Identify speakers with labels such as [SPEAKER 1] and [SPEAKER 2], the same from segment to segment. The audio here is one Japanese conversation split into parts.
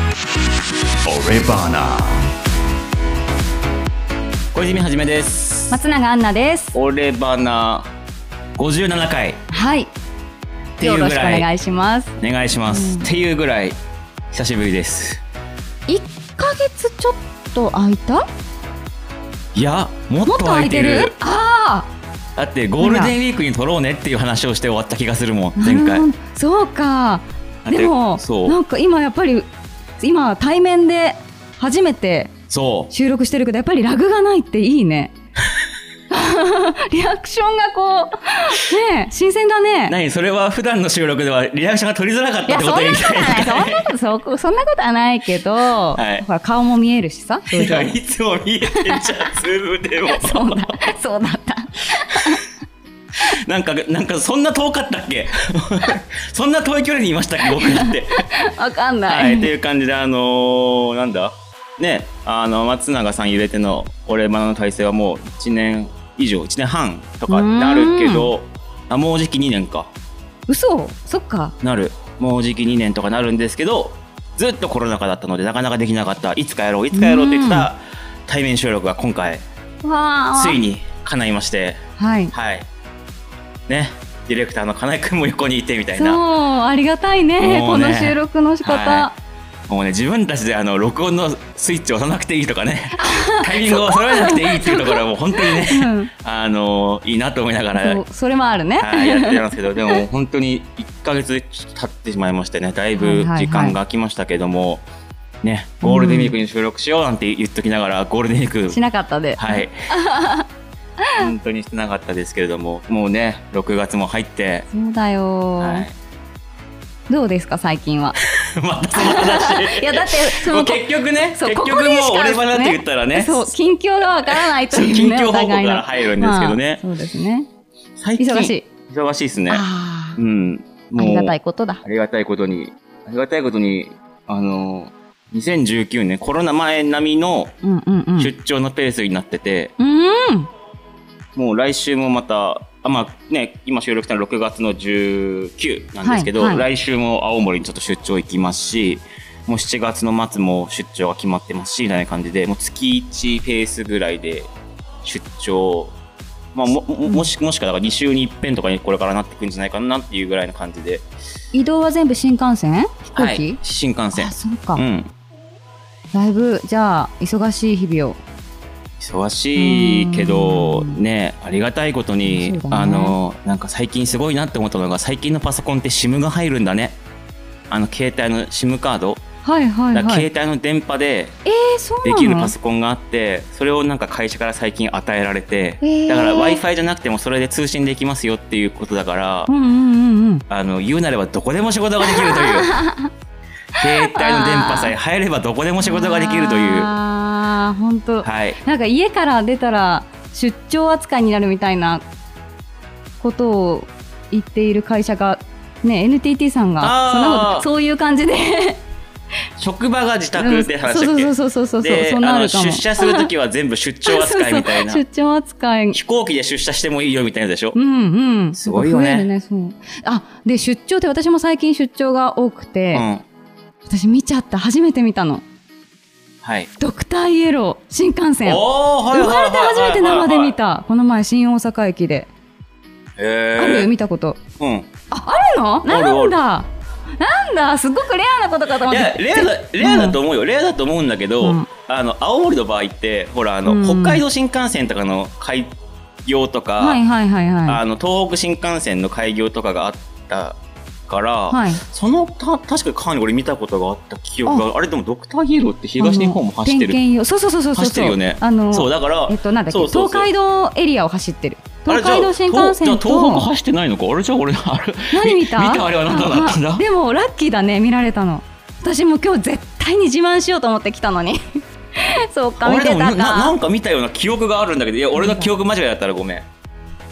[SPEAKER 1] オレバナ小泉はじめです
[SPEAKER 2] 松永アンナです。
[SPEAKER 1] オレバナ57回
[SPEAKER 2] はい。
[SPEAKER 1] ていう
[SPEAKER 2] よ
[SPEAKER 1] ぐら
[SPEAKER 2] ろ
[SPEAKER 1] い
[SPEAKER 2] しくお願いします。
[SPEAKER 1] お願いします、
[SPEAKER 2] うん
[SPEAKER 1] っていうぐらい久しぶりです
[SPEAKER 2] 一ヶ月ちょっと空いた？
[SPEAKER 1] いやもっ
[SPEAKER 2] も
[SPEAKER 1] と
[SPEAKER 2] っと
[SPEAKER 1] 空
[SPEAKER 2] 空
[SPEAKER 1] い
[SPEAKER 2] い
[SPEAKER 1] て
[SPEAKER 2] て
[SPEAKER 1] る
[SPEAKER 2] る？あ
[SPEAKER 1] だってゴールデンウィークに撮ろうねっていう話をして終わった気がするもん
[SPEAKER 2] あ、
[SPEAKER 1] 前
[SPEAKER 2] な
[SPEAKER 1] 回
[SPEAKER 2] るほど。そうか。
[SPEAKER 1] だって
[SPEAKER 2] でも
[SPEAKER 1] そう
[SPEAKER 2] なんか今やっぱり今対面で初めて
[SPEAKER 1] そう
[SPEAKER 2] 収録してるけどやっぱりラグがないっていいね。 リアクションがこうねえ新鮮だね。
[SPEAKER 1] 何それは普段の収録ではリアクションが取りづらかっ
[SPEAKER 2] い
[SPEAKER 1] たって
[SPEAKER 2] やそん
[SPEAKER 1] こ
[SPEAKER 2] な
[SPEAKER 1] と
[SPEAKER 2] こと
[SPEAKER 1] みたい
[SPEAKER 2] はない、そんなことそこそんなことはないけど、
[SPEAKER 1] い
[SPEAKER 2] ほら顔も見えるしさ、表
[SPEAKER 1] い
[SPEAKER 2] 情
[SPEAKER 1] や
[SPEAKER 2] も
[SPEAKER 1] いつも見えてんじゃんズームでも
[SPEAKER 2] そうだ、そうだった。
[SPEAKER 1] なんかなんかそんな遠かったっけ そんな遠い距離にいましたっけ僕だって
[SPEAKER 2] わかんな。
[SPEAKER 1] はいい、という感じで、あのーなんだ、ね、あの、松永さん入れての、俺バナの体制はもう1年以上、1年半とかなるけど、あもうじき2年か、
[SPEAKER 2] 嘘そっか。
[SPEAKER 1] なる。もうじき2年とかなるんですけど、ずっとコロナ禍だったので、なかなかできなかった、いつかやろう、いつかやろうって言ってた対面収録が今回、
[SPEAKER 2] わあ。
[SPEAKER 1] ついに叶いまして、
[SPEAKER 2] はい。
[SPEAKER 1] はい。ね、ディレクターの金井君も横にいてみたい
[SPEAKER 2] そう、
[SPEAKER 1] な。
[SPEAKER 2] ありがたいね。
[SPEAKER 1] もう
[SPEAKER 2] こ
[SPEAKER 1] ね
[SPEAKER 2] の収録の仕
[SPEAKER 1] は
[SPEAKER 2] 方。
[SPEAKER 1] もうね自分たちであの録音のスイッチを押さなくていいとかね タイミングを揃えなくていいっていうところはもう本当にね、
[SPEAKER 2] うん
[SPEAKER 1] あのいいなと思いながら
[SPEAKER 2] そう、それもあるね。
[SPEAKER 1] はいやってたんですけどでも本当に1ヶ月経ってしまいましてねだい
[SPEAKER 2] はい
[SPEAKER 1] ぶ
[SPEAKER 2] はいはい
[SPEAKER 1] 時間が空きましたけども、ねゴールデンウィークに収録しようなんて言っときながら、ゴールデンウィーク
[SPEAKER 2] しなかったで。
[SPEAKER 1] はい本当にしてなかったですけれどももうね6月も入って、
[SPEAKER 2] そうだよ
[SPEAKER 1] はい。
[SPEAKER 2] どうですか、最近は。
[SPEAKER 1] またその話
[SPEAKER 2] いや、だって、 そ
[SPEAKER 1] もう
[SPEAKER 2] の、
[SPEAKER 1] 結局ね
[SPEAKER 2] そう
[SPEAKER 1] 結
[SPEAKER 2] こ
[SPEAKER 1] 局も
[SPEAKER 2] こ
[SPEAKER 1] う
[SPEAKER 2] でしか
[SPEAKER 1] 俺バナって言ったらね
[SPEAKER 2] そう、近況がわからない というね。
[SPEAKER 1] 近況報
[SPEAKER 2] お
[SPEAKER 1] 告
[SPEAKER 2] 互い
[SPEAKER 1] か
[SPEAKER 2] の
[SPEAKER 1] ら入るんですけどね。
[SPEAKER 2] まあそうですね。
[SPEAKER 1] 最近
[SPEAKER 2] 忙しい。
[SPEAKER 1] 忙しいですね。
[SPEAKER 2] あ
[SPEAKER 1] う
[SPEAKER 2] あ。
[SPEAKER 1] ん。
[SPEAKER 2] あ
[SPEAKER 1] もう
[SPEAKER 2] りがたいことだ。
[SPEAKER 1] ありがたいことに、ありがたいことに、あの、2019年コロナ前並みの
[SPEAKER 2] うんうんうん。
[SPEAKER 1] 出張のペースになってて、
[SPEAKER 2] うん。
[SPEAKER 1] もう来週もまた、あまあね、今収録したの6月の19なんですけど、
[SPEAKER 2] はいは
[SPEAKER 1] 来週も青森にちょっと出張行きますし、もう7月の末も出張が決まってますし、みたいな感じで、もう月1ペースぐらいで出張、まあ、もももしもしかだから2週に一遍とかにこれからなってくんじゃないかなっていうぐらいの感じで、
[SPEAKER 2] 移動は全部新幹線飛
[SPEAKER 1] は
[SPEAKER 2] 行
[SPEAKER 1] い
[SPEAKER 2] 機、
[SPEAKER 1] 新幹線
[SPEAKER 2] あ、。そうか
[SPEAKER 1] う。ん、
[SPEAKER 2] だいぶ、じゃあ、忙しい日々を。
[SPEAKER 1] 忙しいけど
[SPEAKER 2] うん
[SPEAKER 1] ねありがたいことに、
[SPEAKER 2] そうだね
[SPEAKER 1] あのなんか最近すごいなって思ったのが最近のパソコンって SIM が入るんだねあの携帯の SIM カード、
[SPEAKER 2] はいはい
[SPEAKER 1] だから
[SPEAKER 2] はい。
[SPEAKER 1] 携帯の電波で
[SPEAKER 2] えー、そう
[SPEAKER 1] で
[SPEAKER 2] なの
[SPEAKER 1] きるパソコンがあってそれをなんか会社から最近与えられて、
[SPEAKER 2] へー
[SPEAKER 1] だから w i f i じゃなくてもそれで通信できますよっていうことだから、
[SPEAKER 2] うんうんうんうん。
[SPEAKER 1] あの言うなればどこでも仕事ができると いう携帯の電波さえ入ればどこでも仕事ができるという。
[SPEAKER 2] ああ、本当。
[SPEAKER 1] はい
[SPEAKER 2] なんか家から出たら出張扱いになるみたいなことを言っている会社が、ね、NTT さ
[SPEAKER 1] あ
[SPEAKER 2] ん
[SPEAKER 1] ー
[SPEAKER 2] がそんなことそういう感じで
[SPEAKER 1] 職場が自宅って話だっけ、
[SPEAKER 2] うんそうそうそうそうそう
[SPEAKER 1] で
[SPEAKER 2] そんな
[SPEAKER 1] あ
[SPEAKER 2] あ
[SPEAKER 1] の
[SPEAKER 2] るかも
[SPEAKER 1] 出社するときは全部出張扱いみたいな
[SPEAKER 2] そうそう出張扱い
[SPEAKER 1] 飛行機で出社してもいいよみたいなやつでしょ、
[SPEAKER 2] うんうん
[SPEAKER 1] すごいよね
[SPEAKER 2] なんか増えるそうあで出張って私も最近出張が多く
[SPEAKER 1] う
[SPEAKER 2] て、
[SPEAKER 1] ん
[SPEAKER 2] 私見ちゃった初めて見たの
[SPEAKER 1] はい、
[SPEAKER 2] ドクターイエロー新幹線
[SPEAKER 1] おおはい
[SPEAKER 2] 生
[SPEAKER 1] はい
[SPEAKER 2] まれて初めて生で見
[SPEAKER 1] は
[SPEAKER 2] たこの前新大阪駅で、
[SPEAKER 1] いはいはい
[SPEAKER 2] あ
[SPEAKER 1] へ
[SPEAKER 2] る
[SPEAKER 1] ー
[SPEAKER 2] 見たこと
[SPEAKER 1] うん
[SPEAKER 2] ああるの
[SPEAKER 1] ある
[SPEAKER 2] なんだなんだすごくレアなことかと思
[SPEAKER 1] い
[SPEAKER 2] って
[SPEAKER 1] やレアだレアだと思うよ、レアだと思うんだけど、
[SPEAKER 2] うん
[SPEAKER 1] あの青森の場合ってほらあの、
[SPEAKER 2] うん
[SPEAKER 1] 北海道新幹線とかの開業とか、
[SPEAKER 2] はいはいはいは
[SPEAKER 1] あの東北新幹線の開業とかがあったから、
[SPEAKER 2] いはい
[SPEAKER 1] そのた確か川に俺見たことがあった記憶があるあれでもドクターイエローって東日本も走ってる
[SPEAKER 2] あの点検用そうそうそうそうそう
[SPEAKER 1] 走ってるよね
[SPEAKER 2] あの
[SPEAKER 1] そうだから、
[SPEAKER 2] えっとなんだっけ
[SPEAKER 1] そうそうそう
[SPEAKER 2] 東海道エリアを走ってる
[SPEAKER 1] あれ
[SPEAKER 2] 東
[SPEAKER 1] じゃあ
[SPEAKER 2] 海道新幹線
[SPEAKER 1] とじゃあ東北
[SPEAKER 2] と
[SPEAKER 1] 走ってないのかあれじゃあ俺 あれ
[SPEAKER 2] 何見た
[SPEAKER 1] 見たあれは何だなんだ
[SPEAKER 2] あでもラッキーだね見られたの私も今日絶対に自慢しようと思って来たのに そうか見
[SPEAKER 1] 俺で
[SPEAKER 2] て
[SPEAKER 1] もな
[SPEAKER 2] た
[SPEAKER 1] な
[SPEAKER 2] か
[SPEAKER 1] んか見たような記憶があるんだけどいや俺の記憶間違いだったらごめん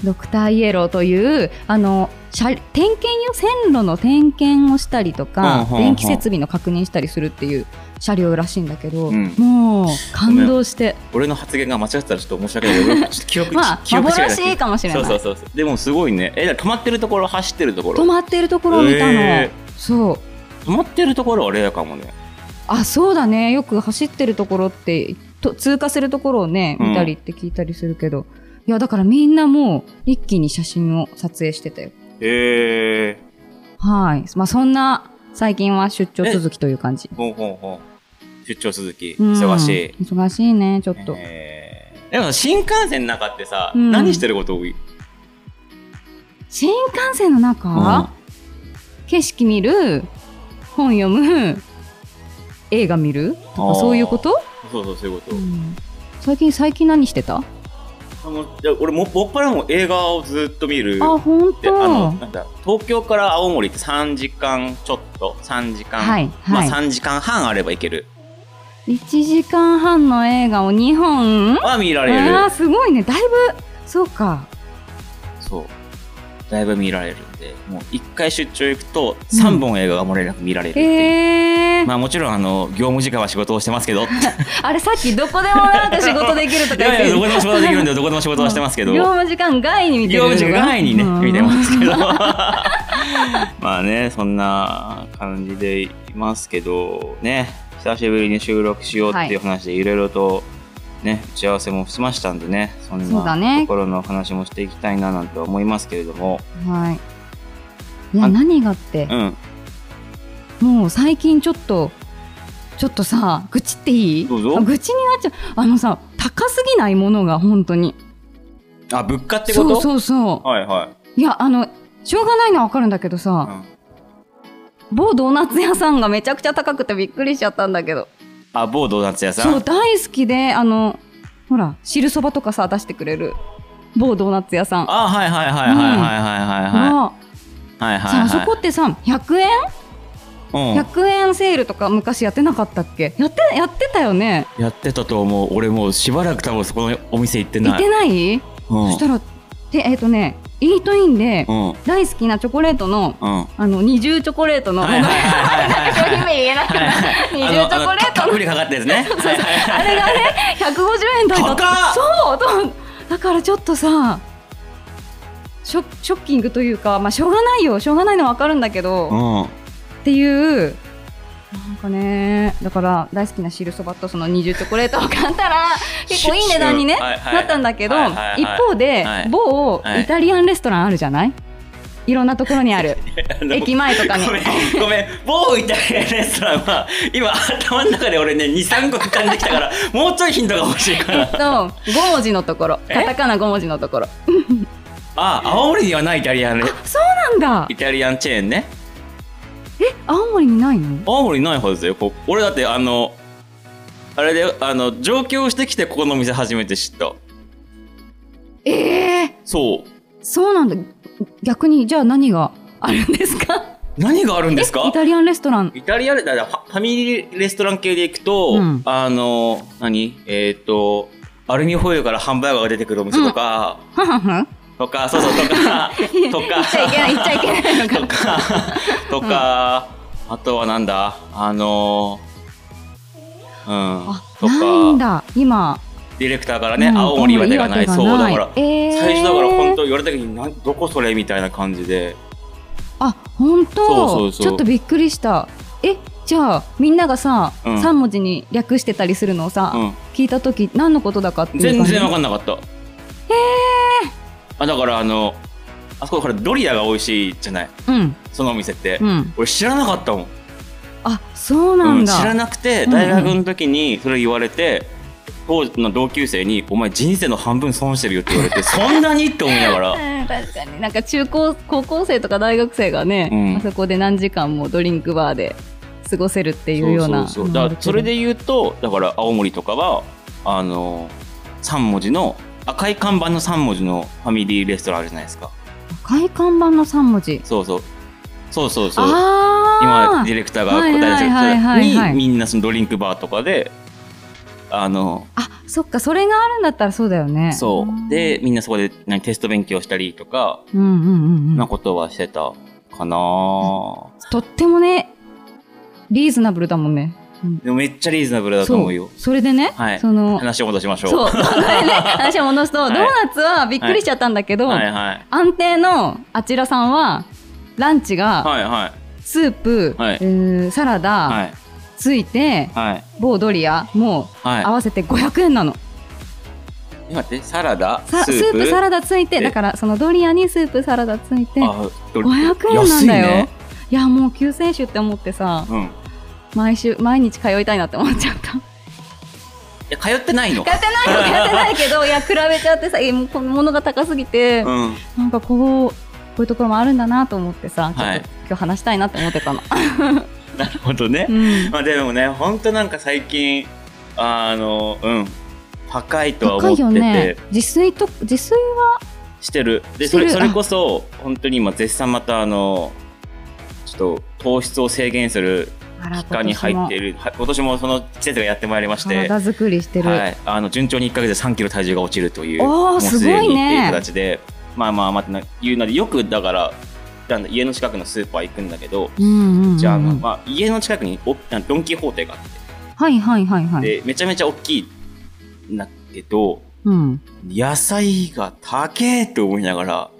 [SPEAKER 2] ドクターイエローというあの車点検よ線路の点検をしたりと
[SPEAKER 1] うん
[SPEAKER 2] か
[SPEAKER 1] うんうん
[SPEAKER 2] 電気設備の確認したりするっていう車両らしいんだけど、
[SPEAKER 1] うん
[SPEAKER 2] もう感動して
[SPEAKER 1] 俺の発言が間違ってたらちょっと申し訳ないけど、俺ちょっと記憶、
[SPEAKER 2] まあ
[SPEAKER 1] 記憶違いだっ
[SPEAKER 2] 幻
[SPEAKER 1] け
[SPEAKER 2] かもしれない
[SPEAKER 1] そうそうそうそう。でもすごいね。え、だから止まってるところ、走ってるところ。
[SPEAKER 2] 止まってるところを見たの、
[SPEAKER 1] え
[SPEAKER 2] そう
[SPEAKER 1] 止まってるところはレアかもね。
[SPEAKER 2] あそうだねよく走ってるところってと通過するところをね
[SPEAKER 1] うん
[SPEAKER 2] 見たりって聞いたりするけど、いやだからみんなもう一気に写真を撮影してたよ
[SPEAKER 1] へえ。
[SPEAKER 2] はいまあそんな最近は出張続きという感じ
[SPEAKER 1] ほうほうほう。出張続き、
[SPEAKER 2] うん
[SPEAKER 1] 忙しい。
[SPEAKER 2] 忙しいねちょっと、
[SPEAKER 1] えーでも新幹線の中ってさ、
[SPEAKER 2] うん
[SPEAKER 1] 何してること多い
[SPEAKER 2] 新幹線の中、景色見る本読む映画見ると
[SPEAKER 1] あー
[SPEAKER 2] かそういうこと、
[SPEAKER 1] うんそうそうそういうこと、
[SPEAKER 2] うん最近最近何してた
[SPEAKER 1] あのいや俺ももっぱらもう映画をずっと見る
[SPEAKER 2] あ本
[SPEAKER 1] であの
[SPEAKER 2] 当
[SPEAKER 1] なんだ東京から青森って3時間ちょっと3時間、
[SPEAKER 2] はい
[SPEAKER 1] まあ
[SPEAKER 2] はい、
[SPEAKER 1] 3時間半あればいける
[SPEAKER 2] 1時間半の映画を2本
[SPEAKER 1] は見ら
[SPEAKER 2] あ
[SPEAKER 1] れる、
[SPEAKER 2] ーすごいねだいぶそうか
[SPEAKER 1] そうだいぶ見られるんでもう1回出張行くと3本映画が漏れなく見られるっていう、
[SPEAKER 2] へえ
[SPEAKER 1] まあもちろんあの業務時間は仕事をしてますけ どい
[SPEAKER 2] あれさっきどこでもなんか仕事できるとか 言っ
[SPEAKER 1] やい
[SPEAKER 2] て
[SPEAKER 1] やどこでも仕事できるんでどこでも仕事はしてますけど
[SPEAKER 2] 業務時間外に見てる
[SPEAKER 1] 業務時間外にね、見てますすけどまあねそんな感じでいますけどね久しぶりに収録しようっていう話でいろいろとね打ち合わせもしましたんでねそん
[SPEAKER 2] そう
[SPEAKER 1] な
[SPEAKER 2] だね
[SPEAKER 1] ところの話もしていきたいななんて思いますけれども
[SPEAKER 2] はいいや
[SPEAKER 1] あ
[SPEAKER 2] 何がって
[SPEAKER 1] う,、ん
[SPEAKER 2] もう最近ちょっとちょっとさ愚痴っていい
[SPEAKER 1] どうぞ
[SPEAKER 2] あ愚痴になっちゃうあのさ高すぎないものが本当に
[SPEAKER 1] あ物価ってこ
[SPEAKER 2] そ
[SPEAKER 1] と
[SPEAKER 2] うそうそ
[SPEAKER 1] はいはい、
[SPEAKER 2] ういやあのしょうがないのはわかるんだけどさ、
[SPEAKER 1] うん
[SPEAKER 2] 某ドーナツ屋さんがめちゃくちゃ高くてびっくりしちゃったんだけど
[SPEAKER 1] あ某ドーナツ屋さん
[SPEAKER 2] そう大好きであのほら汁そばとかさ出してくれる某ドーナツ屋さん
[SPEAKER 1] あはいはいはいはいはいはいはい
[SPEAKER 2] が
[SPEAKER 1] はいはい
[SPEAKER 2] さ
[SPEAKER 1] は
[SPEAKER 2] あ
[SPEAKER 1] い
[SPEAKER 2] そこってさ100円
[SPEAKER 1] うん
[SPEAKER 2] 100円セールとか昔やってなかったっけやってやってたよね
[SPEAKER 1] やってたと思う俺もうしばらく多分そこのお店行って
[SPEAKER 2] 行っ
[SPEAKER 1] ない
[SPEAKER 2] てない、
[SPEAKER 1] うん
[SPEAKER 2] そしたらでえっ、とねイートインで
[SPEAKER 1] うん
[SPEAKER 2] 大好きなチョコレートの
[SPEAKER 1] うん
[SPEAKER 2] あの二重チョコレートの、
[SPEAKER 1] はいはいはいはい
[SPEAKER 2] なんか商品名言えないから二重
[SPEAKER 1] あ
[SPEAKER 2] チ
[SPEAKER 1] の
[SPEAKER 2] ョコレー
[SPEAKER 1] あのた
[SPEAKER 2] ト
[SPEAKER 1] っ
[SPEAKER 2] の
[SPEAKER 1] ぷりかかったやつね。
[SPEAKER 2] あれがね、150円台だった。そうそうだからちょっとさ、ショショッキングというか、まあ、しょうがないよ、しょうがないのは分かるんだけど、っ
[SPEAKER 1] うん。
[SPEAKER 2] ていう、なんかね、だから大好きな汁そばとその二重チョコレートを買っ たら、結構いい値段にね、
[SPEAKER 1] シュはいはい
[SPEAKER 2] なったんだけど、
[SPEAKER 1] はいはいはい
[SPEAKER 2] 一方で、
[SPEAKER 1] はい
[SPEAKER 2] 某
[SPEAKER 1] はい
[SPEAKER 2] イタリアンレストランあるじゃないいろんなところに ある。駅前とかに
[SPEAKER 1] ごめん、ごめん。某イタリアンレストランは、今頭の中で俺ね、2、3個浮かんできたから、もうちょいヒントが欲しいか
[SPEAKER 2] えっ
[SPEAKER 1] ら。
[SPEAKER 2] と、5文字のところ。
[SPEAKER 1] え
[SPEAKER 2] カタカナ5文字のところ。
[SPEAKER 1] あ、青森にはないイタリアンレ、
[SPEAKER 2] なんだ
[SPEAKER 1] イタリアンチェーンね。
[SPEAKER 2] 青森にないの
[SPEAKER 1] 青森ないはずだよ。こ俺だって、あの、あれで、あの、上京してきてここの店初めて知った。
[SPEAKER 2] ええ
[SPEAKER 1] そう。
[SPEAKER 2] そうなんだ。逆に、じゃあ何があるんですか
[SPEAKER 1] 何があるんですか
[SPEAKER 2] えイタリアンレストラン。
[SPEAKER 1] イタリアでだからファファミリーレストラン系で行くと、
[SPEAKER 2] うん
[SPEAKER 1] あの、何えっ、と、アルミホイルからハンバーガーが出てくるお店とか、
[SPEAKER 2] ははは
[SPEAKER 1] とか、そうそう、と か、と
[SPEAKER 2] 言っちゃいけない、言っちゃいけないの
[SPEAKER 1] か、と
[SPEAKER 2] か。
[SPEAKER 1] か、とか、あとはなんだあの、うん、とか、
[SPEAKER 2] ないんだ、今。
[SPEAKER 1] ディレクターからね、
[SPEAKER 2] うん
[SPEAKER 1] 青森岩手がない、
[SPEAKER 2] 青
[SPEAKER 1] そう、
[SPEAKER 2] 森
[SPEAKER 1] だ
[SPEAKER 2] 岩手
[SPEAKER 1] か
[SPEAKER 2] が
[SPEAKER 1] ら
[SPEAKER 2] な、いえー
[SPEAKER 1] 最初だから本当言われた時に、なんどこそれみたいな感じで、
[SPEAKER 2] あ、本当
[SPEAKER 1] そうそうそう
[SPEAKER 2] ちょっとびっくりした。え、じゃあ、みんながさ、
[SPEAKER 1] う
[SPEAKER 2] 三
[SPEAKER 1] ん
[SPEAKER 2] 3文字に略してたりするのをさ、
[SPEAKER 1] うん
[SPEAKER 2] 聞いたとき、何のことだかっていう
[SPEAKER 1] 全
[SPEAKER 2] 感じ
[SPEAKER 1] 然わかんなかった。へえ。あ、だからあの、あそこほらドリアが美味しいじゃない。
[SPEAKER 2] うん、
[SPEAKER 1] そのお店って、
[SPEAKER 2] うん。
[SPEAKER 1] 俺知らなかったもん、
[SPEAKER 2] あ、そうなん
[SPEAKER 1] 知ら
[SPEAKER 2] だ。
[SPEAKER 1] なくて
[SPEAKER 2] うんうん
[SPEAKER 1] 大学の時にそれ言われて、当時の同級生に「お前人生の半分損してるよ」って言われ てそんなにって思いながら
[SPEAKER 2] うん 確かになんか中高高校生とか大学生がね、
[SPEAKER 1] うん
[SPEAKER 2] あそこで何時間もドリンクバーで過ごせるっていうような
[SPEAKER 1] そうそうそうだからそれで言うとだから青森とかはあの3文字の赤い看板の3文字のファミリーレストランあるじゃないですか
[SPEAKER 2] 赤い看板の三文字
[SPEAKER 1] そうそうそうそうそう
[SPEAKER 2] あ
[SPEAKER 1] 今
[SPEAKER 2] あ
[SPEAKER 1] ディレクターが答
[SPEAKER 2] はい
[SPEAKER 1] え
[SPEAKER 2] はいはいはい
[SPEAKER 1] て
[SPEAKER 2] はい
[SPEAKER 1] るにみんなそのドリンクバーとかであの
[SPEAKER 2] あそっかそれがあるんだったらそうだよね
[SPEAKER 1] そう。で、みんなそこで何テスト勉強したりとか、
[SPEAKER 2] うんうんうんう
[SPEAKER 1] なんことはしてたかな、
[SPEAKER 2] とってもねリーズナブルだもんね
[SPEAKER 1] でもめっちゃリーズナブルだと思うよ。
[SPEAKER 2] それでね、
[SPEAKER 1] はい
[SPEAKER 2] その
[SPEAKER 1] 話を戻しましょう。
[SPEAKER 2] そう、 それでね、話を戻すと、
[SPEAKER 1] はい
[SPEAKER 2] ドーナツはびっくりしちゃったんだけど、
[SPEAKER 1] はいはい。
[SPEAKER 2] 安定のあちらさんは、ランチが、
[SPEAKER 1] はいはい。
[SPEAKER 2] スープ、
[SPEAKER 1] はいう
[SPEAKER 2] ーサラダ、
[SPEAKER 1] はい。
[SPEAKER 2] ついて、
[SPEAKER 1] はい。
[SPEAKER 2] 棒ドリア、もう、
[SPEAKER 1] はい
[SPEAKER 2] 合わせて500円なの。
[SPEAKER 1] え待って、サラダ、
[SPEAKER 2] さ
[SPEAKER 1] ス
[SPEAKER 2] ス
[SPEAKER 1] ー
[SPEAKER 2] ー
[SPEAKER 1] プ。
[SPEAKER 2] プ、サラダついて、
[SPEAKER 1] え
[SPEAKER 2] だから、そのドリアにスープ、サラダついて、500
[SPEAKER 1] あどれ
[SPEAKER 2] 円なんだよ。
[SPEAKER 1] 安
[SPEAKER 2] い
[SPEAKER 1] いね。
[SPEAKER 2] や、もう救世主って思ってさ、
[SPEAKER 1] うん。い
[SPEAKER 2] 毎週、毎日通いたいなって思っちゃった。
[SPEAKER 1] や、通ってないの。
[SPEAKER 2] 通ってないよ、通ってないけど、いや、比べちゃってさ、えもうこのものが高すぎて、
[SPEAKER 1] うん。
[SPEAKER 2] なんかこう、こういうところもあるんだなと思ってさ、ちょ
[SPEAKER 1] は
[SPEAKER 2] っ
[SPEAKER 1] い
[SPEAKER 2] と今日話したいなって思ってたの。
[SPEAKER 1] なるほどね。
[SPEAKER 2] うん
[SPEAKER 1] まあでもね、ほんとなんか最近、あの、うん、高いとは
[SPEAKER 2] 高
[SPEAKER 1] 思っ
[SPEAKER 2] いよ
[SPEAKER 1] て
[SPEAKER 2] ね
[SPEAKER 1] て、。
[SPEAKER 2] 自炊と、自炊は、
[SPEAKER 1] してる。で、
[SPEAKER 2] し
[SPEAKER 1] そ
[SPEAKER 2] て
[SPEAKER 1] れ
[SPEAKER 2] る
[SPEAKER 1] それこそ、本当に今絶賛またあの、ちょっと糖質を制限する
[SPEAKER 2] あ
[SPEAKER 1] 期間に入ってい
[SPEAKER 2] る。
[SPEAKER 1] る、は今年もその季節がやってまいりまして、
[SPEAKER 2] 体作りしてる。
[SPEAKER 1] はい、あの順調に1か月で3キロ体重が落ちるという、
[SPEAKER 2] おー
[SPEAKER 1] もうすでに
[SPEAKER 2] すごいね
[SPEAKER 1] っていう形で、まあまあまあ、いうので、よくだから、なんだ家の近くのスーパー行くんだけど、
[SPEAKER 2] うんうんうんうん
[SPEAKER 1] じゃあ、あのまあ、家の近くにおなんドン・キホーテがあって、
[SPEAKER 2] はいはいはいはい。
[SPEAKER 1] でめちゃめちゃ大きいんだけど、
[SPEAKER 2] うん。
[SPEAKER 1] 野菜が高えと思いながら、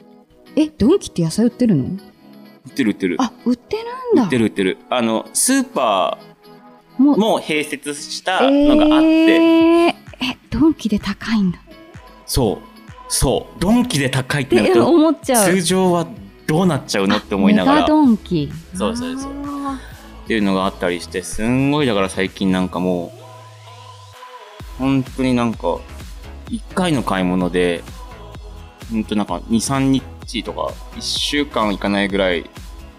[SPEAKER 2] え、ドンキって野菜売ってるの
[SPEAKER 1] 売ってる売ってる。
[SPEAKER 2] あ、売ってるんだ。
[SPEAKER 1] 売ってる売ってる。あの、スーパ
[SPEAKER 2] も
[SPEAKER 1] ー
[SPEAKER 2] う、
[SPEAKER 1] も併設した
[SPEAKER 2] え
[SPEAKER 1] のがあって、
[SPEAKER 2] ーえ、ドンキで高いんだ。っ
[SPEAKER 1] そう、そう、ドンキで高いってなる
[SPEAKER 2] て
[SPEAKER 1] と、
[SPEAKER 2] 思っちゃう
[SPEAKER 1] 通。常はどうなっちゃうのって思いなが
[SPEAKER 2] メ
[SPEAKER 1] ら、
[SPEAKER 2] ガ
[SPEAKER 1] っ
[SPEAKER 2] ドンキ。
[SPEAKER 1] そうそうそう
[SPEAKER 2] あ
[SPEAKER 1] ていうのがあったりして、すんごいだから最近なんかもう、本当になんか、一回の買い物で、ほんとなんか2、3日とか、1週間いかないぐらい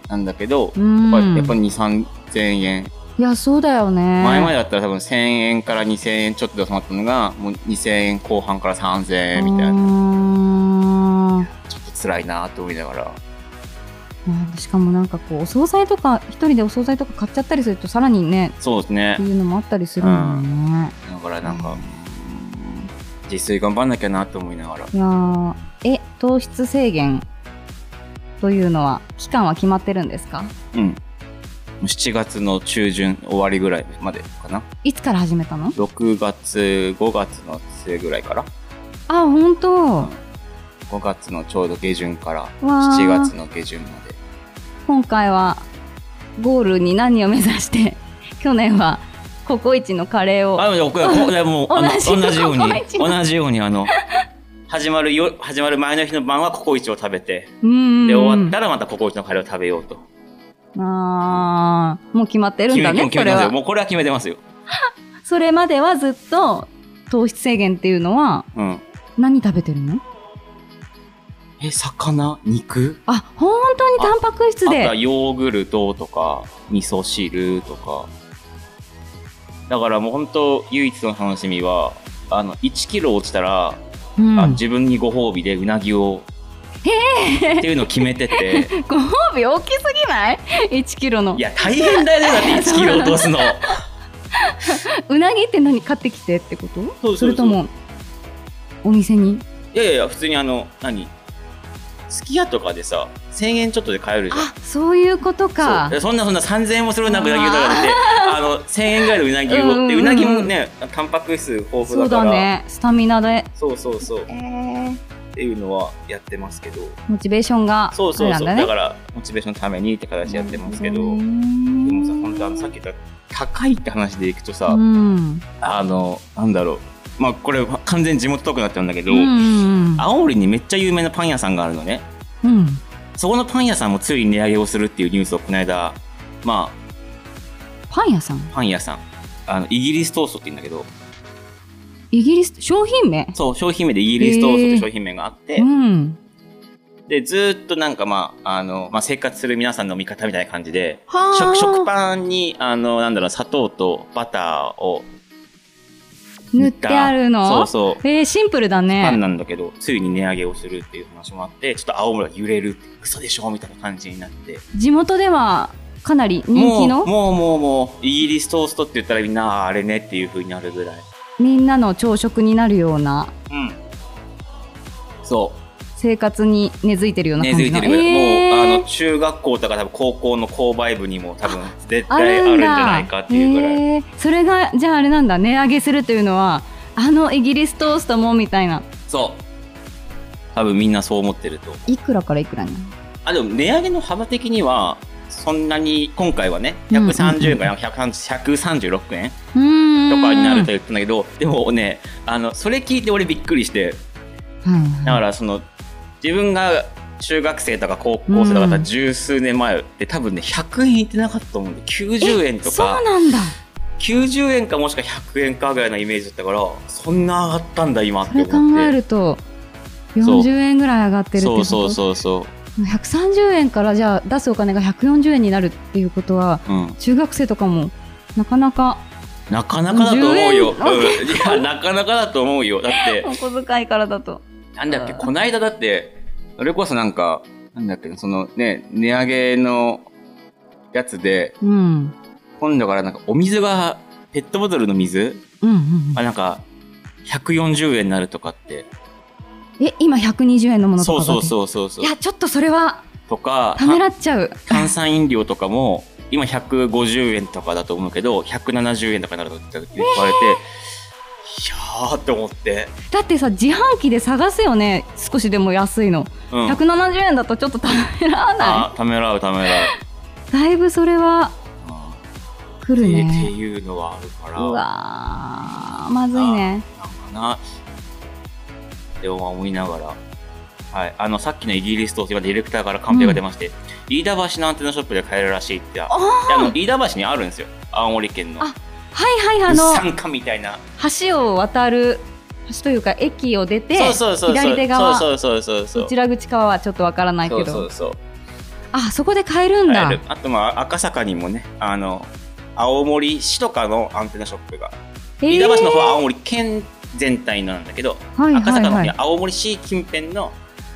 [SPEAKER 1] なんだけど、
[SPEAKER 2] ー。うん。
[SPEAKER 1] やっぱやっぱ2、3千円
[SPEAKER 2] いや、そうだよね。
[SPEAKER 1] 前までだったら多分1000円から2000円ちょっとで収まったのがもう2000円後半から3000円みたいな
[SPEAKER 2] な。
[SPEAKER 1] ちょっと辛いなと思いながら
[SPEAKER 2] うんしかもなんかこうお惣菜とか一人でお惣菜とか買っちゃったりするとさらにね
[SPEAKER 1] そうです
[SPEAKER 2] っ
[SPEAKER 1] ね
[SPEAKER 2] ていうのもあったりするもんね、
[SPEAKER 1] だからなんか自炊頑張んなきゃなと思いながら
[SPEAKER 2] いやーえ糖質制限というのは期間は決まってるんですか
[SPEAKER 1] うんもう7月の中旬終わりぐらいまでかない
[SPEAKER 2] つから始めたの
[SPEAKER 1] 6月5月の末ぐらいから
[SPEAKER 2] あ本当
[SPEAKER 1] 5月のちょうど下旬から
[SPEAKER 2] わー
[SPEAKER 1] 7月の下旬まで
[SPEAKER 2] 今回はゴールに何を目指して去年はココイチのカレーを
[SPEAKER 1] あ、でも、これ、これもう、あの
[SPEAKER 2] 同じ
[SPEAKER 1] 同じように
[SPEAKER 2] ココイ、チ の
[SPEAKER 1] 同じように、あの、始まるよ、始まる前の日の晩はココイチを食べて、
[SPEAKER 2] うんうんうん
[SPEAKER 1] で、終わったらまたココイチのカレーを食べようと。
[SPEAKER 2] あーもう決まってるんだね
[SPEAKER 1] 決めて
[SPEAKER 2] それ
[SPEAKER 1] ますよ。
[SPEAKER 2] は
[SPEAKER 1] もうこれは決めてますよ。
[SPEAKER 2] それまではずっと糖質制限っていうのは
[SPEAKER 1] うん。
[SPEAKER 2] 何食べてるの
[SPEAKER 1] え、魚肉
[SPEAKER 2] あ本当にタンパク質
[SPEAKER 1] あとは
[SPEAKER 2] で
[SPEAKER 1] ヨーグルトとか、味噌汁とか。だからもう本当唯一の楽しみは、あの、1キロ落ちたら、
[SPEAKER 2] うん
[SPEAKER 1] あ 自分にご褒美でうなぎを、っていうのを決めてて、
[SPEAKER 2] ご褒美大きすぎない1キロの
[SPEAKER 1] いや、大変だよね、だって1キロ落とすの。
[SPEAKER 2] うなぎって何買ってきてってこと
[SPEAKER 1] そうそうそう
[SPEAKER 2] れともお店に
[SPEAKER 1] いやいやいや普通にあの何すき家とかでさ1000円ちょっとで買えるじゃん
[SPEAKER 2] あそういうことか
[SPEAKER 1] そうそんなそんな3000円もするようなうなぎを食べてあの1000円ぐらいのうなぎをって
[SPEAKER 2] うんうんうん
[SPEAKER 1] うなぎもねタンパク質豊富だから
[SPEAKER 2] そうだねスタミナで
[SPEAKER 1] そうそうそうっ
[SPEAKER 2] えー
[SPEAKER 1] ていうのはやってますけど
[SPEAKER 2] モチベーションが
[SPEAKER 1] そうそうそ
[SPEAKER 2] あ
[SPEAKER 1] う
[SPEAKER 2] れ
[SPEAKER 1] だ,、
[SPEAKER 2] なんだね
[SPEAKER 1] からモチベーションのためにって形やってますけど、
[SPEAKER 2] う
[SPEAKER 1] で
[SPEAKER 2] ん
[SPEAKER 1] もさ本当あのさっき言った高いって話でいくとさ、
[SPEAKER 2] うん
[SPEAKER 1] あのなんだろうまあこれ完全に地元トークになっちゃうんだけど、
[SPEAKER 2] うんうん
[SPEAKER 1] 青森にめっちゃ有名なパン屋さんがあるのね
[SPEAKER 2] うん
[SPEAKER 1] そこのパン屋さんもついに値上げをするっていうニュースをこの間、ま
[SPEAKER 2] パン屋さん
[SPEAKER 1] あ、パン屋さん、あのイギリストーストって言うんだけど、
[SPEAKER 2] イギリス商品名
[SPEAKER 1] そう、商品名でイギリストーストって商品名があって、
[SPEAKER 2] うん
[SPEAKER 1] で、ずーっとなんかまあ、あの、まあ、生活する皆さんの味方みたいな感じで、
[SPEAKER 2] は
[SPEAKER 1] 食食
[SPEAKER 2] ン
[SPEAKER 1] パンに、あの、なんだろう、砂糖とバターを
[SPEAKER 2] 塗ってあるの
[SPEAKER 1] そうそう。
[SPEAKER 2] えー、シンプルだね
[SPEAKER 1] パンなんだけど、ついに値上げをするっていう話もあって、ちょっと青森が揺れるって、嘘でしょみたいな感じになって。
[SPEAKER 2] 地元ではかなり人気の
[SPEAKER 1] もうもうもうもうイギリストーストって言ったらみんなあーあれねっていう風になるぐらい
[SPEAKER 2] みんなの朝食になるような
[SPEAKER 1] うん。そ
[SPEAKER 2] 生活に根付いてるよう
[SPEAKER 1] う。
[SPEAKER 2] な
[SPEAKER 1] 根付
[SPEAKER 2] 感じ
[SPEAKER 1] いて
[SPEAKER 2] の
[SPEAKER 1] るぐらい。
[SPEAKER 2] えー
[SPEAKER 1] もう、あの、中学校とか多分高校の購買部にも多分絶
[SPEAKER 2] あ
[SPEAKER 1] 対ある
[SPEAKER 2] る
[SPEAKER 1] ん
[SPEAKER 2] ん
[SPEAKER 1] じ
[SPEAKER 2] だ
[SPEAKER 1] ゃないかっていうぐらい。
[SPEAKER 2] へーそれがじゃああれなんだ値上げするというのはあのイギリストーストもみたいな
[SPEAKER 1] そう。多分みんなそう思ってると。
[SPEAKER 2] いくらからいくらに
[SPEAKER 1] あ、でも値上げの幅的には、そんなに、今回はね、
[SPEAKER 2] うんうん
[SPEAKER 1] 130円から130 136円
[SPEAKER 2] うーん
[SPEAKER 1] とかになると言ったんだけど、でもね、あの、それ聞いて俺びっくりして、
[SPEAKER 2] は
[SPEAKER 1] だ
[SPEAKER 2] い
[SPEAKER 1] か
[SPEAKER 2] はい
[SPEAKER 1] らその自分が中学生とか高校生とかだった
[SPEAKER 2] う
[SPEAKER 1] ら
[SPEAKER 2] ん
[SPEAKER 1] 十数年前って多分ね100円いってなかったと思うんで90円と
[SPEAKER 2] そう
[SPEAKER 1] か
[SPEAKER 2] なんだ
[SPEAKER 1] 90円かもしくは100円かぐらいのイメージだったからそんな上がったんだ今って
[SPEAKER 2] それ
[SPEAKER 1] 思って
[SPEAKER 2] 考えると
[SPEAKER 1] そう
[SPEAKER 2] 40円ぐらい上がってるってこ
[SPEAKER 1] そ
[SPEAKER 2] と
[SPEAKER 1] うそうそうそ
[SPEAKER 2] 130円からじゃあ出すお金が140円になるっていうことは
[SPEAKER 1] う、うん、
[SPEAKER 2] 中学生とかもなかなか
[SPEAKER 1] なかなかだと思うよ、
[SPEAKER 2] 10円
[SPEAKER 1] うんいやなかなかだと思うよだって
[SPEAKER 2] お小遣いからだと
[SPEAKER 1] なんだっけ、こないだだって、それこそなんか、なんだっけ、そのね、値上げのやつで、
[SPEAKER 2] うん
[SPEAKER 1] 今度からなんかお水が、ペットボトルの水
[SPEAKER 2] うんうん
[SPEAKER 1] あなんか140円になるとかって
[SPEAKER 2] え今120円のものと
[SPEAKER 1] そ
[SPEAKER 2] か
[SPEAKER 1] うそ
[SPEAKER 2] だ
[SPEAKER 1] うそうそうそう
[SPEAKER 2] やちょっとそれは
[SPEAKER 1] とか
[SPEAKER 2] ためらっちゃう
[SPEAKER 1] た炭酸飲料とかも今150円とかだと思うけど170円とかになるって言われて、いやーって思って、
[SPEAKER 2] だってさ自販機で探すよね少しでも安いの、
[SPEAKER 1] うん、
[SPEAKER 2] 170円だとちょっとためらわな
[SPEAKER 1] あためらうためらう
[SPEAKER 2] いだいぶそれは
[SPEAKER 1] あ
[SPEAKER 2] 来
[SPEAKER 1] ー
[SPEAKER 2] る
[SPEAKER 1] ってって
[SPEAKER 2] ね
[SPEAKER 1] いうのはあるか
[SPEAKER 2] う
[SPEAKER 1] ら
[SPEAKER 2] わーまずいね
[SPEAKER 1] なんかなって思いながら、はい、あのさっきのイギリスと今ディレクターからカンペが出まして、飯田橋のアンテナショップで買えるらしいってあであの飯田橋にあるんですよ青森県の
[SPEAKER 2] あはいはいあ
[SPEAKER 1] 物
[SPEAKER 2] の
[SPEAKER 1] 産館みたいな
[SPEAKER 2] 橋を渡る橋というか駅を出て
[SPEAKER 1] そうそうそうそう
[SPEAKER 2] 左手側
[SPEAKER 1] そうそうそうそう
[SPEAKER 2] どちら口かはちょっとわからないけ
[SPEAKER 1] そ
[SPEAKER 2] ど
[SPEAKER 1] うそうそう
[SPEAKER 2] あそこで買えるんだ
[SPEAKER 1] 買えるあとまあ赤坂にもねあの青森市とかのアンテナショップが、
[SPEAKER 2] えー
[SPEAKER 1] 飯田橋の方は青森県全体のなんだけど、
[SPEAKER 2] はい
[SPEAKER 1] 赤
[SPEAKER 2] は
[SPEAKER 1] 坂
[SPEAKER 2] い
[SPEAKER 1] の方
[SPEAKER 2] は
[SPEAKER 1] に
[SPEAKER 2] い
[SPEAKER 1] は青森市近辺の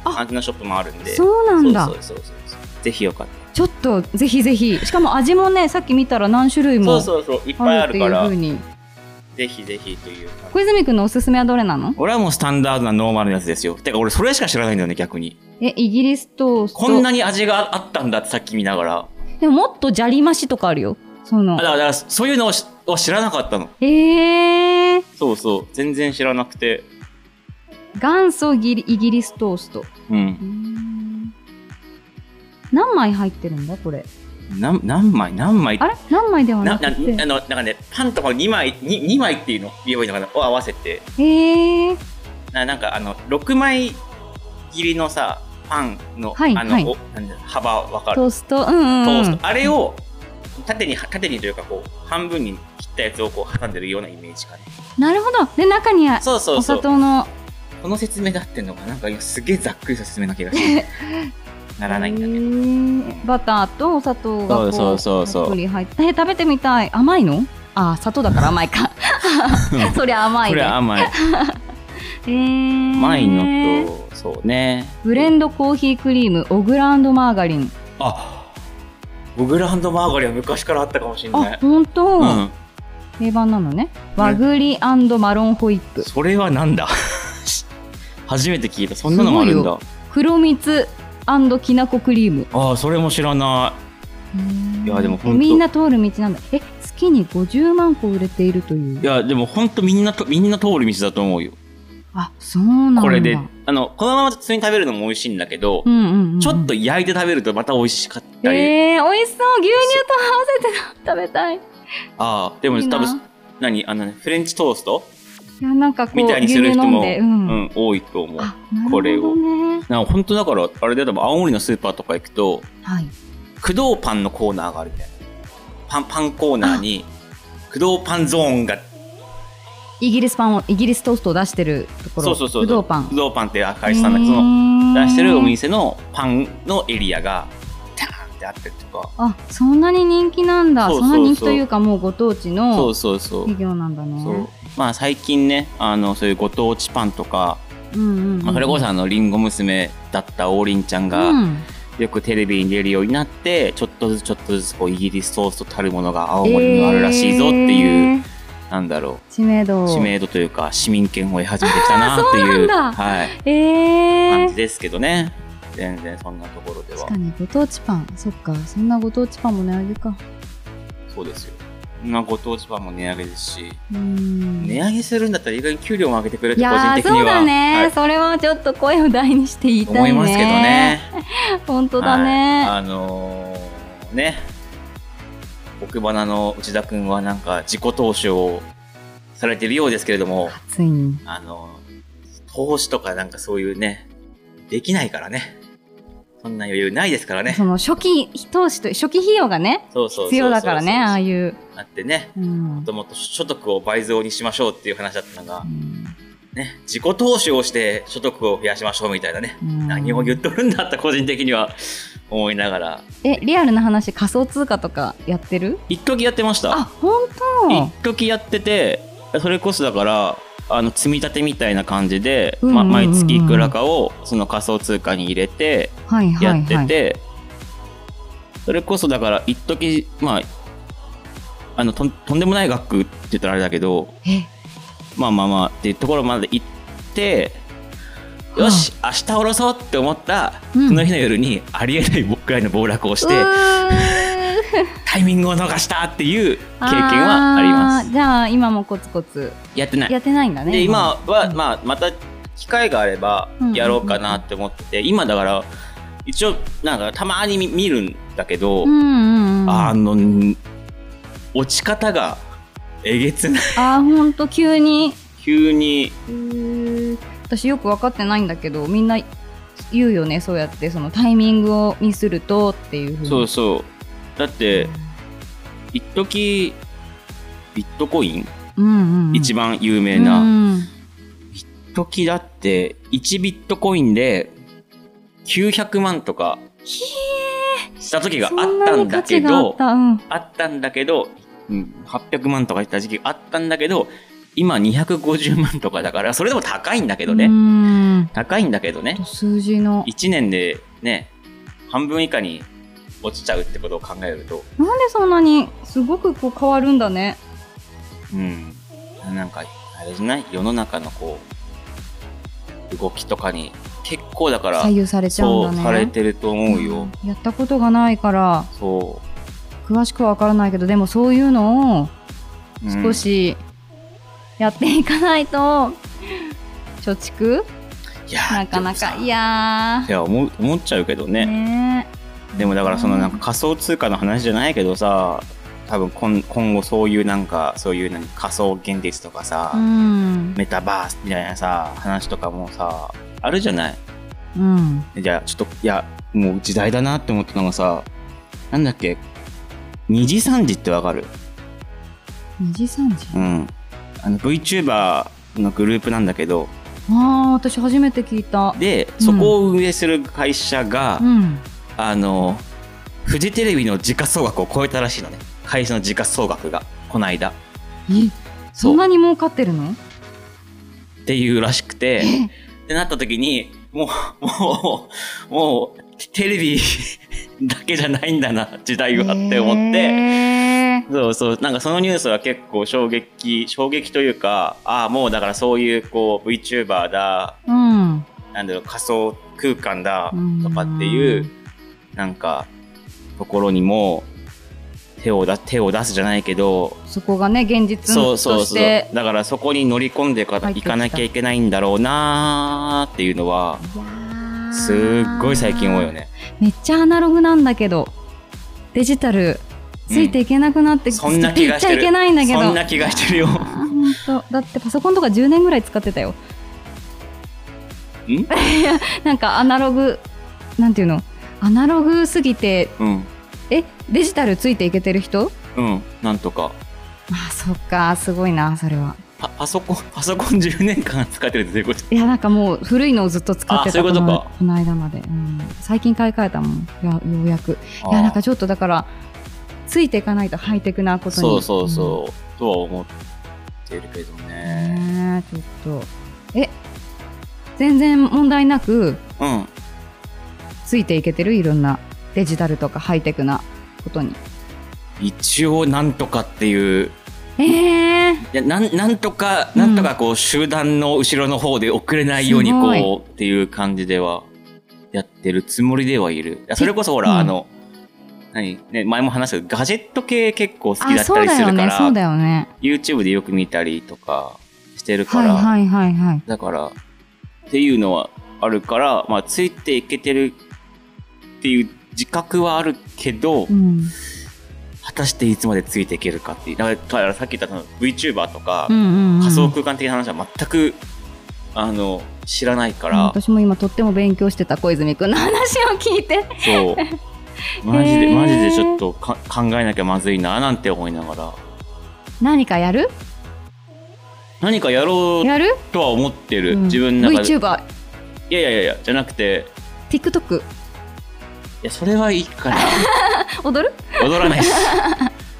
[SPEAKER 2] あ
[SPEAKER 1] アンテナショップもあるんで
[SPEAKER 2] そうなんだ
[SPEAKER 1] そうそうそうそうぜひよかった
[SPEAKER 2] ちょっとぜひぜひしかも味もねさっき見たら何種類
[SPEAKER 1] そ
[SPEAKER 2] も
[SPEAKER 1] うそうそういっぱい
[SPEAKER 2] あ
[SPEAKER 1] あ
[SPEAKER 2] るって
[SPEAKER 1] る
[SPEAKER 2] い
[SPEAKER 1] か
[SPEAKER 2] う
[SPEAKER 1] ら
[SPEAKER 2] ふうに
[SPEAKER 1] ぜひぜひという感じ
[SPEAKER 2] 小泉君のおすすめはどれなの
[SPEAKER 1] 俺はもうスタンダードなノーマルのやつですよてか俺それしか知らないんだよね逆に
[SPEAKER 2] えイギリストースト
[SPEAKER 1] こんなに味があったんだってさっき見ながら
[SPEAKER 2] でももっと砂利増しとかあるよそ
[SPEAKER 1] あ
[SPEAKER 2] の
[SPEAKER 1] だからだからそういうのをしを知らなかったの
[SPEAKER 2] えー、
[SPEAKER 1] そうそう全然知らなくて
[SPEAKER 2] 元祖ギリイギリストーストう
[SPEAKER 1] うん
[SPEAKER 2] ーん何枚入ってるんだこれ
[SPEAKER 1] なん何枚何枚
[SPEAKER 2] あれ何枚では
[SPEAKER 1] な
[SPEAKER 2] な
[SPEAKER 1] なあ
[SPEAKER 2] くて
[SPEAKER 1] のなんかねパンとか2枚 2, 2枚っていうの言えばいいのかなを合わせて
[SPEAKER 2] えー、
[SPEAKER 1] ななんかあの6枚切りのさパンの,、
[SPEAKER 2] はい
[SPEAKER 1] あの
[SPEAKER 2] はい
[SPEAKER 1] おなんだ幅わかる
[SPEAKER 2] トーストうんうん、うん、
[SPEAKER 1] トーストあれを縦に縦にというかこう半分に切ったやつをこう挟んでるようなイメージかね
[SPEAKER 2] なるほどで中には
[SPEAKER 1] そうそ
[SPEAKER 2] お
[SPEAKER 1] うそ
[SPEAKER 2] 砂
[SPEAKER 1] う
[SPEAKER 2] 糖の
[SPEAKER 1] この説明だってんのかなんか今すげえざっくりした説明な気がしてならないんだ
[SPEAKER 2] へ
[SPEAKER 1] けど
[SPEAKER 2] ーバターとお砂糖がこう
[SPEAKER 1] そうそうそうそう
[SPEAKER 2] たっぷり入ってえ食べてみたい甘いのあ砂糖だから甘 いかそりゃ甘い
[SPEAKER 1] これ
[SPEAKER 2] ね
[SPEAKER 1] 甘い
[SPEAKER 2] えー
[SPEAKER 1] 甘いのとそうね
[SPEAKER 2] ブレンドコーヒークリームオグラマーガリン
[SPEAKER 1] あオグランドマーガリンは昔からあったかもしれな
[SPEAKER 2] あ
[SPEAKER 1] い
[SPEAKER 2] 本当、
[SPEAKER 1] うん
[SPEAKER 2] 定番なのね和栗マロンホイップ
[SPEAKER 1] それはなんだ 初めて聞いたそんなのもあるん
[SPEAKER 2] す
[SPEAKER 1] だ
[SPEAKER 2] 黒蜜きなこクリーム
[SPEAKER 1] ああそれも知らないいやでもほんと
[SPEAKER 2] みんな通る道なんだえ月に50万個売れているという
[SPEAKER 1] いいやでもほんとみんなとみんな通る道だと思うよ
[SPEAKER 2] あそうなんだ
[SPEAKER 1] これであのこのまま普通に食べるのも美味しいんだけど、
[SPEAKER 2] うんうんうんうん
[SPEAKER 1] ちょっと焼いて食べるとまた美味しかったり、
[SPEAKER 2] えー、美味しそう牛乳と合わせて食べたいい
[SPEAKER 1] ああでも
[SPEAKER 2] いな
[SPEAKER 1] 多分何あの、ね、フレンチトースト
[SPEAKER 2] やなんかこう
[SPEAKER 1] みたいにする人
[SPEAKER 2] 牛乳飲ん
[SPEAKER 1] も、
[SPEAKER 2] で
[SPEAKER 1] う
[SPEAKER 2] うん、
[SPEAKER 1] ん多いと思う
[SPEAKER 2] あな
[SPEAKER 1] こ
[SPEAKER 2] るほ
[SPEAKER 1] れを
[SPEAKER 2] どね
[SPEAKER 1] なんか本当だからあれで多分青森のスーパーとか行くと
[SPEAKER 2] はい
[SPEAKER 1] 駆動パンのコーナーがあるみたいなパンパンコーナーに駆動パンゾーンが
[SPEAKER 2] イギリスパンをイギリストーストを出してるとこ
[SPEAKER 1] そ
[SPEAKER 2] ろ
[SPEAKER 1] うそうそう
[SPEAKER 2] ぶどうパン
[SPEAKER 1] 駆動パンって会社さんだけどその出してるお店のパンのエリアがダーンってあったりとか
[SPEAKER 2] あそんなに人気なんだ
[SPEAKER 1] そう
[SPEAKER 2] そ
[SPEAKER 1] そうそうん
[SPEAKER 2] な人気というかもうご当
[SPEAKER 1] そ
[SPEAKER 2] 地の
[SPEAKER 1] うそうそう
[SPEAKER 2] 企業なんだね
[SPEAKER 1] そうまあ最近ねあのそういうご当地パンとか、
[SPEAKER 2] うんうんうん
[SPEAKER 1] まあ、それこそあのりんご娘だった王林ちゃんが、
[SPEAKER 2] うん
[SPEAKER 1] よくテレビに出るようになってちょっとずつちょっとずつこうイギリスソースとたるものが青森にはあるらしいぞっていう、
[SPEAKER 2] えー
[SPEAKER 1] なんだろ
[SPEAKER 2] 知名度
[SPEAKER 1] う、知名度というか、市民権を得始めてきたなって
[SPEAKER 2] そ
[SPEAKER 1] いうう、
[SPEAKER 2] なんだ
[SPEAKER 1] はい、
[SPEAKER 2] え
[SPEAKER 1] 感
[SPEAKER 2] ー
[SPEAKER 1] じ、ですけどね。全然そんなところでは
[SPEAKER 2] 確か。にご当地パンそっかそんなご当地パンも値上げか
[SPEAKER 1] そうですよ。そんなご当地パンも値上げですし、
[SPEAKER 2] うーん
[SPEAKER 1] 値上げするんだったら意外に給料も上げてくれっ
[SPEAKER 2] い
[SPEAKER 1] て個人
[SPEAKER 2] やー
[SPEAKER 1] 的
[SPEAKER 2] そ
[SPEAKER 1] に
[SPEAKER 2] う
[SPEAKER 1] は、
[SPEAKER 2] だね、
[SPEAKER 1] はい
[SPEAKER 2] それはちょっと声を大にして言いたいね
[SPEAKER 1] 思いますけどね。
[SPEAKER 2] 本当だね、
[SPEAKER 1] はいあのーね、奥花の内田君はなんか自己投資をされてるようですけれども、
[SPEAKER 2] ついに
[SPEAKER 1] あのー投資とかなんかそういうね、できないからね。そんな余裕ないですから ね
[SPEAKER 2] そ。の初期投資と初期費用がね
[SPEAKER 1] そうそうそうそう
[SPEAKER 2] 必要だからねああいう、
[SPEAKER 1] あってね、
[SPEAKER 2] うん
[SPEAKER 1] もともと所得を倍増にしましょうっていう話だったのが
[SPEAKER 2] う、ん
[SPEAKER 1] ね、自己投資をして所得を増やしましょうみたいなね。
[SPEAKER 2] うん
[SPEAKER 1] 何を言っとるんだって個人的には思いながら。
[SPEAKER 2] えリアルな話仮想通貨とかやってる
[SPEAKER 1] 一時やってました。
[SPEAKER 2] あ本
[SPEAKER 1] 一時やっててそれこそだからあの積み立てみたいな感じで、ま
[SPEAKER 2] うんうんうんうん
[SPEAKER 1] 毎月いくらかをその仮想通貨に入れて
[SPEAKER 2] 当はいはい
[SPEAKER 1] や
[SPEAKER 2] はい
[SPEAKER 1] ってて、それこそだから一時まああのとんとんでもない額って言ったらあれだけど
[SPEAKER 2] え
[SPEAKER 1] まあまあまあっていうところまで行って
[SPEAKER 2] はあ
[SPEAKER 1] よし、明日下ろそうって思った、
[SPEAKER 2] うん
[SPEAKER 1] その日の夜にありえないぐらいの暴落をし
[SPEAKER 2] う
[SPEAKER 1] て
[SPEAKER 2] ーん
[SPEAKER 1] タイミングを逃したっていう経験はありま
[SPEAKER 2] ー
[SPEAKER 1] す
[SPEAKER 2] じゃあ今もコツコツ
[SPEAKER 1] やってない
[SPEAKER 2] やってないんだね
[SPEAKER 1] で今は、
[SPEAKER 2] うん
[SPEAKER 1] まあ、また機会があれば
[SPEAKER 2] うん
[SPEAKER 1] やろうかなって思ってて、今だから一応なんかたまに見見るんだけど、
[SPEAKER 2] うんうんうん
[SPEAKER 1] あ
[SPEAKER 2] あ
[SPEAKER 1] のん落ち方がえげつない
[SPEAKER 2] あーほんと急に
[SPEAKER 1] 急に
[SPEAKER 2] うーん私よく分かってないんだけどみんな言うよねそうやってそのタイミングをミスるとっていうふうに
[SPEAKER 1] そうそうだって一時ビットコイン、
[SPEAKER 2] うんうんうん、
[SPEAKER 1] 一番有名
[SPEAKER 2] う
[SPEAKER 1] なん一時だって1ビットコインで900万とか
[SPEAKER 2] ひ
[SPEAKER 1] した時
[SPEAKER 2] ー
[SPEAKER 1] があ
[SPEAKER 2] そん
[SPEAKER 1] った
[SPEAKER 2] なに
[SPEAKER 1] んだ
[SPEAKER 2] 価値
[SPEAKER 1] け
[SPEAKER 2] があ
[SPEAKER 1] ど
[SPEAKER 2] ったうん
[SPEAKER 1] あったんだけど、うん、800万とか言った時期があったんだけど、今250万とかだから、それでも高いんだけどね。
[SPEAKER 2] うん
[SPEAKER 1] 高いんだけどね。
[SPEAKER 2] 数字の
[SPEAKER 1] 1年でね、半分以下に落ちちゃうってことを考えると、
[SPEAKER 2] なんでそんなにすごくこう変わるんだね
[SPEAKER 1] うん。なんか、あれじゃない世の中のこう、動きとかに結構だから
[SPEAKER 2] 左、右されちゃう
[SPEAKER 1] そ
[SPEAKER 2] ん
[SPEAKER 1] う
[SPEAKER 2] だね
[SPEAKER 1] されてると思うよ。
[SPEAKER 2] うんやったことがないから
[SPEAKER 1] そ
[SPEAKER 2] 詳しくは分からないけどでもそういうのを
[SPEAKER 1] う。うん
[SPEAKER 2] 少、しやっていかないと、貯蓄
[SPEAKER 1] いや
[SPEAKER 2] な
[SPEAKER 1] で
[SPEAKER 2] かな
[SPEAKER 1] もさ
[SPEAKER 2] かいや
[SPEAKER 1] いや思う思っちゃうけど
[SPEAKER 2] ー
[SPEAKER 1] ね
[SPEAKER 2] ね
[SPEAKER 1] でもだからその
[SPEAKER 2] うん
[SPEAKER 1] なんか仮想通貨の話じゃないけどさ多分今今後そういうなんかそういう何仮想現実とかさ、
[SPEAKER 2] うん
[SPEAKER 1] メタバースみたいなさ話とかもさあるじゃない
[SPEAKER 2] うん
[SPEAKER 1] じゃあちょっといやもう時代だなって思ったのがさなんだっけ二次三次ってわかる
[SPEAKER 2] 二次三次
[SPEAKER 1] うんあの VTuber のグループなんだけど
[SPEAKER 2] ああ私初めて聞いた
[SPEAKER 1] でそこを運営する会社が、
[SPEAKER 2] うん
[SPEAKER 1] あの、フジテレビの時価総額を超えたらしいのね。会社の時価総額が、この間。
[SPEAKER 2] え
[SPEAKER 1] そう
[SPEAKER 2] そんなに儲かってるの
[SPEAKER 1] っていうらしくて、ってなった時に、もう、もう、もう、テレビ だけじゃないんだな、時代はって思って。
[SPEAKER 2] へー
[SPEAKER 1] そうそう、なんかそのニュースは結構衝撃、衝撃というか、ああ、もうだからそういう、こう、VTuber だ、
[SPEAKER 2] うん
[SPEAKER 1] なんだろう、仮想空間だ
[SPEAKER 2] うん
[SPEAKER 1] とかっていう、なんか、ところにも、手をだ手を出すじゃないけど、
[SPEAKER 2] そこがね現実
[SPEAKER 1] そ
[SPEAKER 2] と
[SPEAKER 1] うそう
[SPEAKER 2] し
[SPEAKER 1] そう。
[SPEAKER 2] て
[SPEAKER 1] だからそこに乗り込んでか
[SPEAKER 2] 入って
[SPEAKER 1] い
[SPEAKER 2] きた
[SPEAKER 1] かなきゃいけないんだろうなーっていうのは、すっごい最近多いよね。
[SPEAKER 2] めっちゃアナログなんだけどデジタルついていけなくなって、
[SPEAKER 1] そんな気がして
[SPEAKER 2] 言っちゃい
[SPEAKER 1] る。
[SPEAKER 2] けないんだけど
[SPEAKER 1] そんな気がしてる よ。
[SPEAKER 2] あーほんとだってパソコンとか10年ぐらい使ってたよ
[SPEAKER 1] ん
[SPEAKER 2] なんかアナログなんていうのアナログすぎて
[SPEAKER 1] うん。
[SPEAKER 2] えデジタルついていけてる人
[SPEAKER 1] うん。なんとか。
[SPEAKER 2] あそっかすごいなそれは
[SPEAKER 1] パパソコン、パソコン10年間使ってるってどういうこと
[SPEAKER 2] いやなんかもう古いのをずっと使ってた
[SPEAKER 1] あそういうことか
[SPEAKER 2] のこの間まで、うん、最近買い替えたもんいやようやくいやなんかちょっとだからついていかないとハイテクなことに
[SPEAKER 1] そうそう
[SPEAKER 2] うん
[SPEAKER 1] そう。とは思ってるけどね。
[SPEAKER 2] ねえちょっとえ全然問題なく
[SPEAKER 1] うん。
[SPEAKER 2] ついていけてるいろんなデジタルとかハイテクなことに
[SPEAKER 1] 一応なんとかっていう
[SPEAKER 2] えー、
[SPEAKER 1] いやなんなんとか、なんとかこう集団の後ろの方で遅れないように
[SPEAKER 2] す
[SPEAKER 1] こ
[SPEAKER 2] ご
[SPEAKER 1] うっていう感じではやってるつもりではいる。いやそれこそほら、
[SPEAKER 2] うん
[SPEAKER 1] あの、何ね、前も話したけどガジェット系結構好きだ
[SPEAKER 2] あ
[SPEAKER 1] った
[SPEAKER 2] そう
[SPEAKER 1] り
[SPEAKER 2] だ
[SPEAKER 1] す
[SPEAKER 2] よ
[SPEAKER 1] るか
[SPEAKER 2] ね
[SPEAKER 1] ら、
[SPEAKER 2] そうだよね
[SPEAKER 1] YouTube でよく見たりとかしてるか
[SPEAKER 2] はい
[SPEAKER 1] ら、
[SPEAKER 2] はいはいはい
[SPEAKER 1] だからっていうのはあるから、まあ、ついていけてるっていう自覚はあるけど、
[SPEAKER 2] うん
[SPEAKER 1] 果たしていつまでついていけるかっていうだからだからさっき言ったその VTuber とか、
[SPEAKER 2] うんうんうん
[SPEAKER 1] 仮想空間的な話は全くあの知らないか
[SPEAKER 2] うん
[SPEAKER 1] ら、
[SPEAKER 2] 私も今とっても勉強してた小泉君の話を聞いて
[SPEAKER 1] そうマジで、
[SPEAKER 2] へー
[SPEAKER 1] マジでちょっとか考えなきゃまずいななんて思いながら
[SPEAKER 2] 何かやる
[SPEAKER 1] 何かやろ
[SPEAKER 2] やる、
[SPEAKER 1] うとは思って
[SPEAKER 2] う
[SPEAKER 1] る、
[SPEAKER 2] ん、
[SPEAKER 1] 自分の中で
[SPEAKER 2] VTuberTikTok
[SPEAKER 1] いやいやいやいやじゃなくていやそれはいいから
[SPEAKER 2] 踊る
[SPEAKER 1] 踊らないっす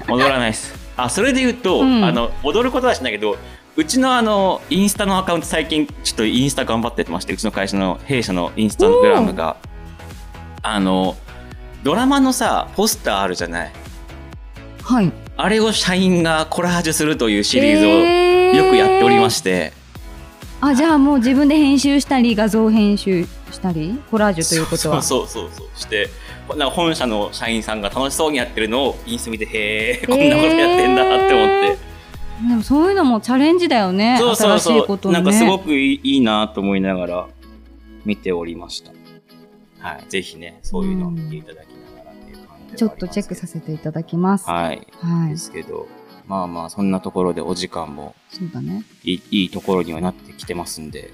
[SPEAKER 1] 踊らないっすあそれで言うと、
[SPEAKER 2] うん
[SPEAKER 1] あの踊ることはしないけどうちのあのインスタのアカウント最近ちょっとインスタ頑張ってやってましてうちの会社の弊社のインスタグラムがあのドラマのさポスターあるじゃない
[SPEAKER 2] はい
[SPEAKER 1] あれを社員がコラージュするというシリーズを
[SPEAKER 2] ズ
[SPEAKER 1] よくやっておりま
[SPEAKER 2] し
[SPEAKER 1] して、
[SPEAKER 2] た、あじゃあもう自分で編集したり画像編集したりコラージュということは
[SPEAKER 1] そうそうそうそうしてなんか本社の社員さんが楽しそうにやってるのをインスタ見てへえこんなことやってんだって思って。
[SPEAKER 2] でもそういうのもチャレンジだよね
[SPEAKER 1] そうそう
[SPEAKER 2] 新
[SPEAKER 1] そ
[SPEAKER 2] しいこ
[SPEAKER 1] う、
[SPEAKER 2] とね
[SPEAKER 1] なんかすごくいいいいなと思いながら見ておりました。はい、ぜひね、そういうのを見ていただきながらっていう感じではありますけど
[SPEAKER 2] ちょっとチェックさせていただきますは
[SPEAKER 1] はい、
[SPEAKER 2] い
[SPEAKER 1] ですけど、まあまあ、そんなところでお時間も
[SPEAKER 2] そうだね
[SPEAKER 1] いいいいところにはなってきてますんで、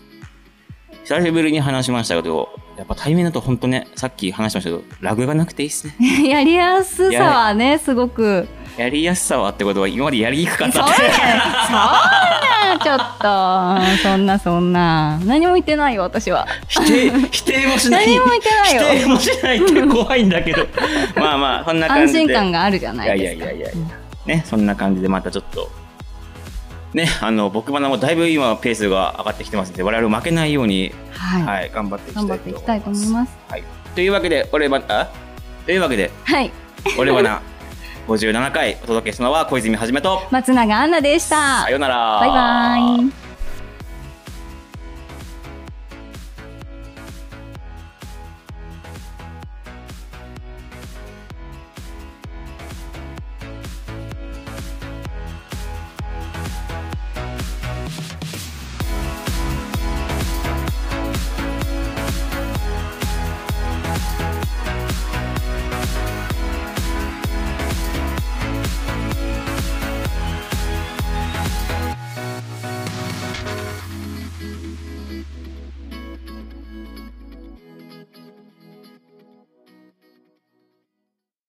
[SPEAKER 1] 久しぶりに話しましたけど、やっぱ対面だと本当ね、さっき話しましたけど、ラグがなくていいですね。
[SPEAKER 2] やりやすさはねすごく
[SPEAKER 1] やりやすさはってことは、今までやりにくかっ
[SPEAKER 2] そ
[SPEAKER 1] た
[SPEAKER 2] ん
[SPEAKER 1] っ
[SPEAKER 2] な
[SPEAKER 1] て。
[SPEAKER 2] そんなちょっとそんなそんな何も言ってないよ 私は
[SPEAKER 1] 否定、否定もしない。
[SPEAKER 2] 何も言ってないよ
[SPEAKER 1] 否定もしないって怖いんだけ ど。まあまあ、そんな感
[SPEAKER 2] 安
[SPEAKER 1] じで。
[SPEAKER 2] 心感があるじゃない
[SPEAKER 1] い
[SPEAKER 2] で
[SPEAKER 1] や
[SPEAKER 2] す
[SPEAKER 1] い
[SPEAKER 2] か
[SPEAKER 1] やいやいやね、そんな感じでまたちょっと。ね、あの、僕まだもだいぶ今ペースが上がってきてますんで、我々負けないように、
[SPEAKER 2] はい、
[SPEAKER 1] はい、頑張っていきたい
[SPEAKER 2] 頑
[SPEAKER 1] と
[SPEAKER 2] 張
[SPEAKER 1] 思いま
[SPEAKER 2] ってい
[SPEAKER 1] す。
[SPEAKER 2] きたいと思います
[SPEAKER 1] はい。というわけで、俺は、あというわけで、
[SPEAKER 2] はい
[SPEAKER 1] 俺は な、57回お届けしたのは小泉はじめと、
[SPEAKER 2] 松永アンナでした
[SPEAKER 1] さようなら。
[SPEAKER 2] バイバイ